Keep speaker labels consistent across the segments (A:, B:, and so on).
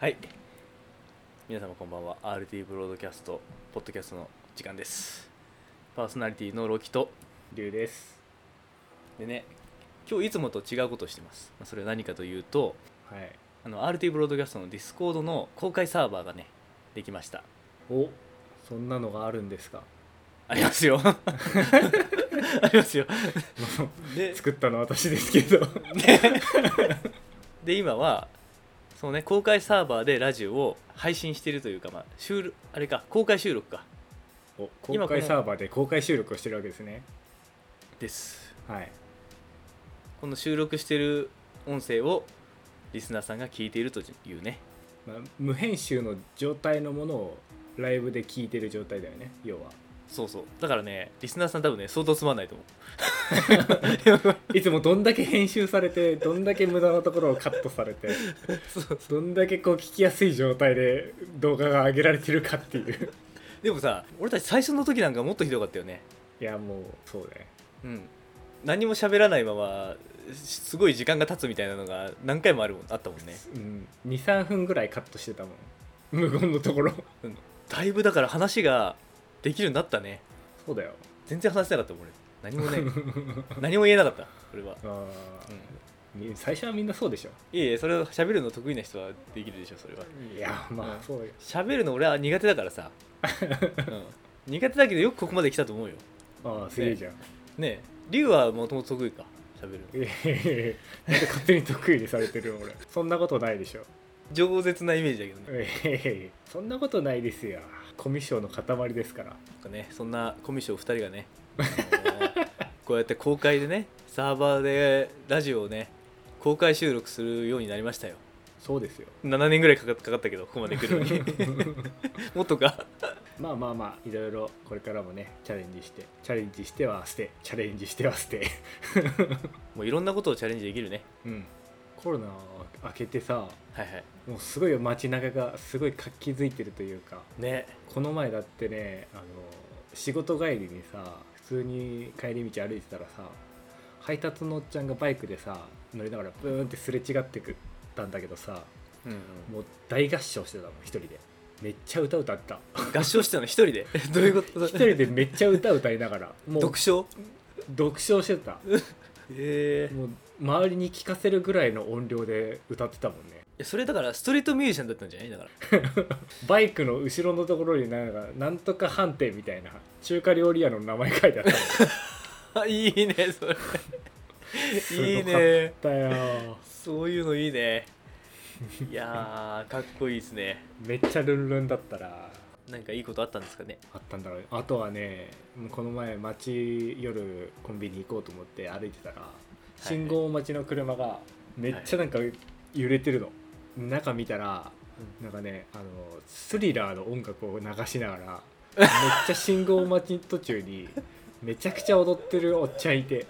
A: はい皆様こんばんは RT ブロードキャストポッドキャストの時間ですパーソナリティのロキと
B: 龍です
A: でね今日いつもと違うことをしてますまあそれは何かというと
B: はい
A: あの RT ブロードキャストのディスコードの公開サーバーがねできました
B: おそんなのがあるんですか
A: あり ますよありますよで
B: 作ったの私ですけど
A: で今はそのね公開サーバーでラジオを配信してるというかまあ収録あれか公開収録か
B: お
A: 今
B: 公
A: この
B: 開サーバーで公開収録をしてるわけですね
A: です
B: はい
A: この収録してる音声をリスナーさんが聞いているというね
B: まあ、無編集の状態のものをライブで聞いてる状態だよね要は
A: そうそうだからねリスナーさん多分ね相当つまんないと思
B: いつもどんだけ編集され てどんだけ無駄なところをカットされて
A: うそう
B: どんだけこう聞きやすい状態で動画が上げられてるかっていう
A: でもさ俺たち最初の時なんかもっとひどかったよね
B: いやもうそうだね
A: うん何も喋らないまますごい時間が経つみたいなのが何回もあるもんあったもんね
B: うん23分ぐらいカットしてたもん無言のところ
A: だいぶだから話ができるようになったね
B: そう だよ
A: 全然話せなかったもん俺何も ね何も言えなかった俺は、
B: ああ
A: うん、
B: み最初はみんなそうでしょ
A: いえいえそれを喋るの得意な人はできるでしょそれはい
B: やまあそうだよ
A: 喋るの俺は苦手だから さ、うん、苦手だけどよくここまで来たと思うよ
B: ああすげえじゃん
A: ねえ龍はもともと得意か喋る の
B: いやいやいやいやなんで勝手に得意にされてる俺そんなことないでしょ
A: 饒舌なイメージだけどね
B: いやいやいやそんなことないですよコミュ障の塊ですから
A: なんかねそんなコミュ障2人がね、あの ーこうやって公開でねサーバーでラジオをね公開収録するようになりましたよ
B: そうですよ
A: 7年ぐらいかかかかったけどここまで来るのに もっとか
B: まあまあまあいろいろこれからもねチャレンジしてチャレンジしては捨てチャレンジしては捨て
A: もういろんなことをチャレンジできるね
B: うんコロナ明けてさ
A: はいはい
B: もうすごい街中がすごい活気づいてるというか
A: ね
B: この前だってねあの仕事帰りにさ普通に帰り道歩いてたらさ配達のおっちゃんがバイクでさ乗りながらブーンってすれ違ってくったんだけどさ
A: うん、
B: もう大合唱してたもん一人でめっちゃ歌歌った
A: 合唱してたの一人 でどういうこと
B: 一人でめっちゃ歌歌いながらもう
A: 読書
B: 独唱してた
A: ええ
B: もう周りに聞かせるぐらいの音量で歌ってたもんね
A: それだからストリートミュージシャンだったんじゃないだから
B: バイクの後ろのところになんかなんとか判定みたいな中華料理屋の名前書いてあったもん
A: あ いいねそれい
B: す ごかった
A: いね
B: だよ
A: そういうのいいねいやーかっこいいですね
B: めっちゃルンルンだったら
A: なんかいいことあったんですかね
B: あったんだろうあとはねこの前街夜コンビニ行こうと思って歩いてたら信号待ちの車がめっちゃなんか揺れてるの、中見たらなんかねあのスリラーの音楽を流しながらめっちゃ信号待ち途中にめちゃくちゃ踊ってるおっちゃんいて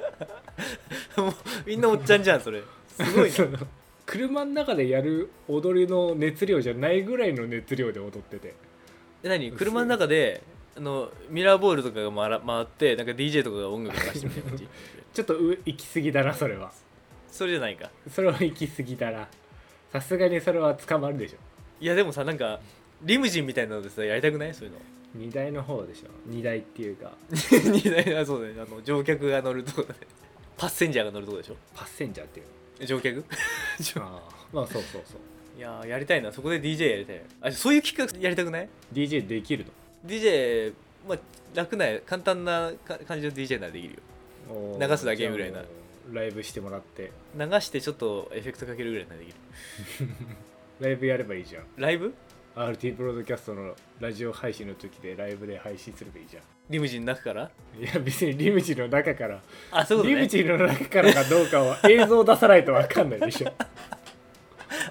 A: もうみんなおっちゃんじゃんそれすごい
B: そ
A: な
B: の車の中でやる踊りの熱量じゃないぐらいの熱量で踊ってて
A: え何車の中であのミラーボールとかが回ら回ってなんか DJ とかが音楽流してみたいな 感じ
B: ちょっとう行き過ぎだなそれは
A: それじゃないか
B: それは行き過ぎだなさすがにそれは捕まるでしょ
A: いやでもさなんかリムジンみたいなのでさやりたくない そういうの
B: 荷台の方でしょ荷台っていうか
A: 荷台あそうだねあの乗客が乗るとこだねパッセンジャーが乗るとこでしょ
B: パッセンジャーっていう
A: 乗客
B: のあーまあそうそうそう
A: いやーやりたいなそこで DJ やりたいあそういう企画やりたくない
B: DJ できる
A: DJ まあ楽な簡単なか感じの DJ ならできるよ
B: の
A: 流すだけぐらいな
B: じゃあもうライブしてもらって
A: 流してちょっとエフェクトかけるぐらいならできる
B: ライブやればいいじゃん
A: ライブ
B: RT プロドキャストのラジオ配信の時でライブで配信すればいいじゃん
A: リムジンの中から
B: いや別にリムジンの中から、
A: あそういうこと
B: リム
A: ね
B: ジンの中からかどうかは映像を出さないと分かんないでし ょ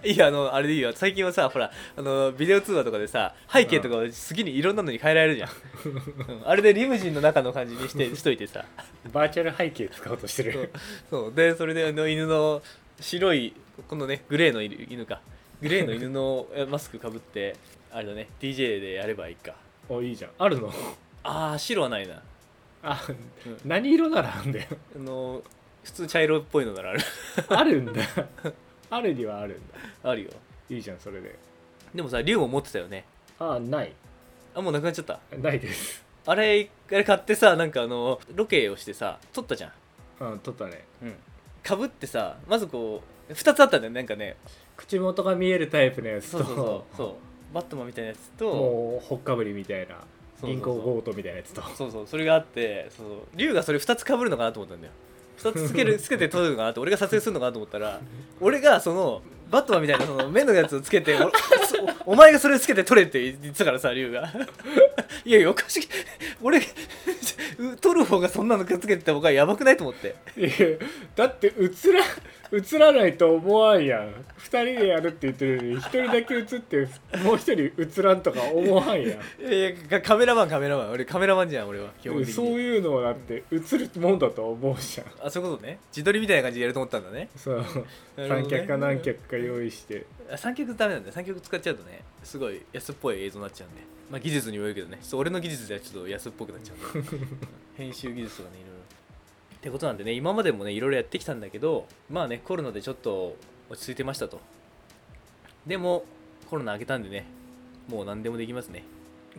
A: いやあのあれでいいよ最近はさほらあのビデオ通話とかでさ背景とかを好きにいろんなのに変えられる じゃん、うんあれでリムジンの中の感じにしてしといてさ
B: バーチャル背景使おうとして
A: そう
B: る
A: そうでそれであの犬の白いこのねグレーの犬犬かグレーの犬 のえマスクかぶってあれだね DJ でやればいいか
B: おいいじゃんあるの
A: ああ白はないな
B: あ、
A: うん
B: 何色ならあんだよ
A: あの普通茶色っ ぽいのならある
B: あるんだあるにはあるんだ
A: あるよ
B: いいじゃんそれで
A: でもさ竜も持ってたよね
B: ああない
A: あもうなくなっちゃった
B: ないです
A: あれあれ買ってさなんかあのロケをしてさ撮ったじゃん
B: うん取ったね
A: うんかぶってさまずこう2つあったんだよなんかね
B: 口元が見えるタイプのやつ
A: そ
B: と
A: うそうそうそうバットマンみたいなやつと
B: もうほっかぶりみたいな
A: そうそうそう
B: 銀行強盗みたいなやつと
A: そうそうそれがあってそうそう龍がそれ2つかぶるのかなと思ったんだよ2つつ けるつけて撮るのかなって俺が撮影するのかなと思ったら俺がそのバットマンみたいなその目のやつをつけておお 前がそれつけて撮れって言ってたからさ龍が いやいやおかしい俺撮る方がそんなのくっつけてた方がやばくないと思って
B: いやだって映ら 映らないと思わんやん2人でやるって言ってるのに1人だけ映ってもう1人映らんとか思わんやん
A: いやいやカメラマンカメラマン俺カメラマンじゃん俺は基本的に
B: そういうのはだって映るもんだと思うじゃん
A: あそういうことね自撮りみたいな感じでやると思ったんだね
B: そう
A: なるほどね
B: 三脚か何脚か用意して
A: あ三脚ダメなんだよ三脚使っちゃうとねすごい安っぽい映像になっちゃうんでまあ技術にもよるけどねちょっと俺の技術ではちょっと安っぽくなっちゃうん で編集技術とかねいろいろってことなんでね今までもねいろいろやってきたんだけどまあねコロナでちょっと落ち着いてましたとでもコロナ明けたんでねもう何でもできますね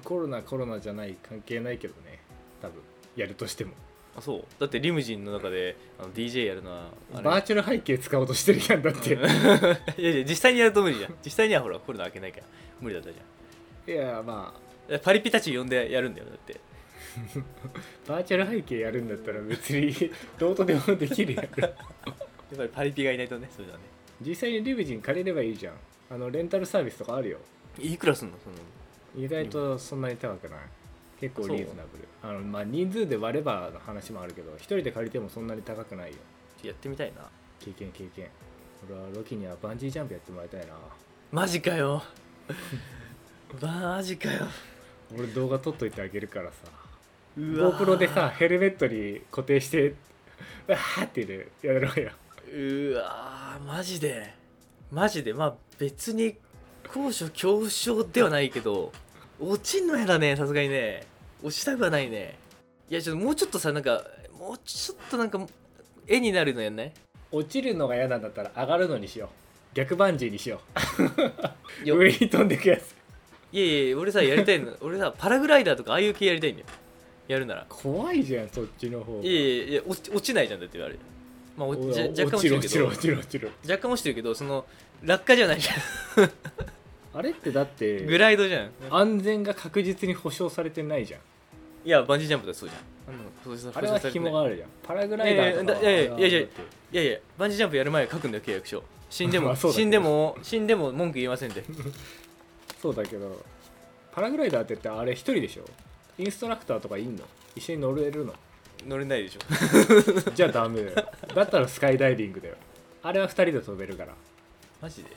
B: コロナコロナじゃない関係ないけどね多分やるとしても
A: あそうだってリムジンの中であの DJ やるのはあれ
B: バーチャル背景使おうとしてるやんだって、
A: うん いやいや実際にやると無理じゃん実際にはほらコロナ開けないから無理だったじ
B: いやまあ
A: ゃんパリピたち呼んでやるんだよだって
B: バーチャル背景やるんだったら別に どうとでもできるやろ
A: やっぱりパリピがいないとねそれだね
B: 実際にリムジン借りればいいじゃんあのレンタルサービスとかあるよ
A: いくらすんのその
B: 意外とそんなに高くない結構リーズナブルあの、まあ、人数で割ればの話もあるけど一人で借りてもそんなに高くないよ
A: やってみたいな
B: 経験経験俺はロキにはバンジージャンプやってもらいたいな
A: マジか よマジかよ
B: 俺動画撮っといてあげるからさ
A: うわ
B: GoPro でさヘルメットに固定してわーっていうのやろうよ
A: うわマジでマジでまあ別に高所恐怖症ではないけど落ちんのやだねさすがにね落ちたくはないねいやちょっともうちょっとさなんかもうちょっとなんか絵になるのやんね
B: 落ちるのが嫌なんだったら上がるのにしよう逆バンジーにしよ
A: いうや
B: 上に飛んでくやつ
A: いやいや俺さやりたいの 俺さパラグライダーとかああいう系やりたいんだよやるなら
B: 怖いじゃんそっちの方が
A: いやいやいや落ち落ちないじゃんだって言われるまあお
B: お
A: じゃ
B: 落
A: 若干落
B: ち
A: ち
B: る
A: る
B: 落
A: け
B: ちる
A: ど
B: 落ちる落ちる
A: 若干落ちてるけどその落下じゃないじゃ
B: あれってだっ
A: んグ
B: て
A: ライドじゃん
B: 安全が確実に保証されてないじゃん
A: いやバンジージャンプだそうじゃんあんなの保証さ
B: あれは
A: 保証されてな
B: 紐
A: い
B: があるじゃんパラグライダーとかはい
A: やいやいやいやいやいや
B: あれはだって
A: いやいやバンジージャンプやる前は書くんだよ契約書死んで
B: ま
A: も
B: あそうだけど
A: 死んでも死んでも文句言いませんって
B: そうだけどパラグライダーって言ってあれ一人でしょインストラクターとかいんの一緒に乗れるの
A: 乗れないでしょ
B: じゃあダメだよだったらスカイダイビングだよあれは2人で飛べるから、
A: マジで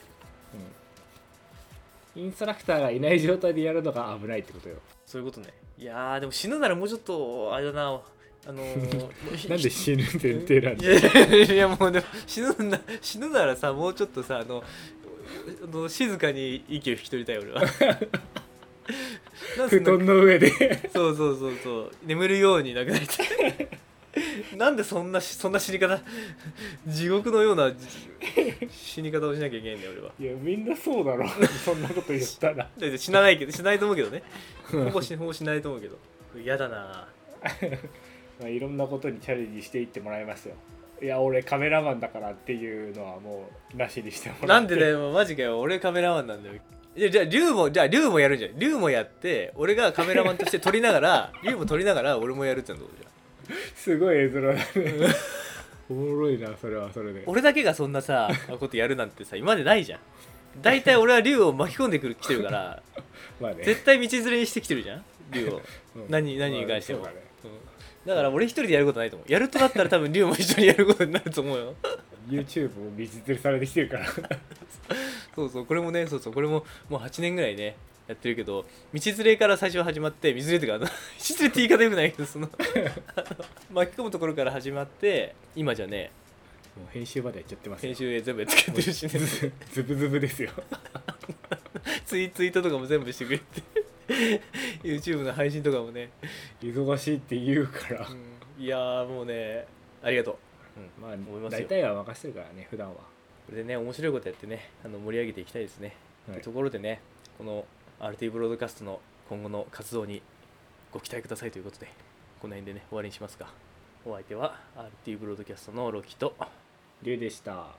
B: うん、インストラクターがいない状態でやるのが危ないってことよ
A: そういうことねいやーでも死ぬならもうちょっとあれだなあのー
B: なんで死ぬ前提なん
A: い
B: だ
A: やいやいやもうでも死ぬな死ぬならさもうちょっとさあのあの静かに息を引き取りたい俺はなんでそ
B: 布
A: んな
B: 団の上で
A: そうそうそうそう眠るように亡くなりたいなんでそんなしそんな死に方地獄のようなじ死に方をしなきゃいけないんだよ俺はい
B: やみんなそうだろ そんなこと言ったら
A: だって死なないけど死なないと思うけどねほぼ死ほぼ死なないと思うけど嫌だな
B: まあ、いろんなことにチャレンジしていってもらいますよいや俺カメラマンだからっていうのはもうなしにしても
A: な
B: らっ
A: ん
B: て
A: でだよマジかよ俺カメラマンなんだよじゃあじゃあ龍もじゃあ龍もやるんじゃん龍もやって俺がカメラマンとして撮りなが ら龍も撮りながら俺もやるってのはどうじゃん
B: すごい絵面だね おもろいなそれはそれで
A: 俺だけがそんなさことやるなんてさ今までないじゃん大体俺は龍を巻き込んでくる来てる から
B: まあね
A: 絶対道連れにしてきてるじゃん龍 を
B: うん
A: 何何に関しても、
B: まあそうだね
A: うんだから俺一人でやることないと思うやるとなったら多分龍も一緒にやることになると思うよ
B: YouTube も道連れされてきてるから
A: そうそうこれもねそうそうこれももう8年ぐらいねやってるけど道連れから最初は始まって水連れっていうかあの 道連れって言い方よくないけどそのあの巻き込むところから始まって今じゃね
B: もう編集までやっちゃってますよ
A: 編集全部やってくれてるしね
B: ずずぶずぶですよ
A: ツイツイートとかも全部してくれて YouTube の配信とかもね、
B: 忙しいって言うから
A: うんいやーもうねありがとう
B: ま
A: 思いま
B: あ
A: すよ
B: 大体は任せてるからね普段は
A: これでね面白いことやってねあの盛り上げていきたいですね、
B: はい
A: ところでねこの RT ブロードキャストの今後の活動にご期待くださいということでこの辺でね終わりにしますかお相手は RT ブロードキャストのロキと
B: 龍でした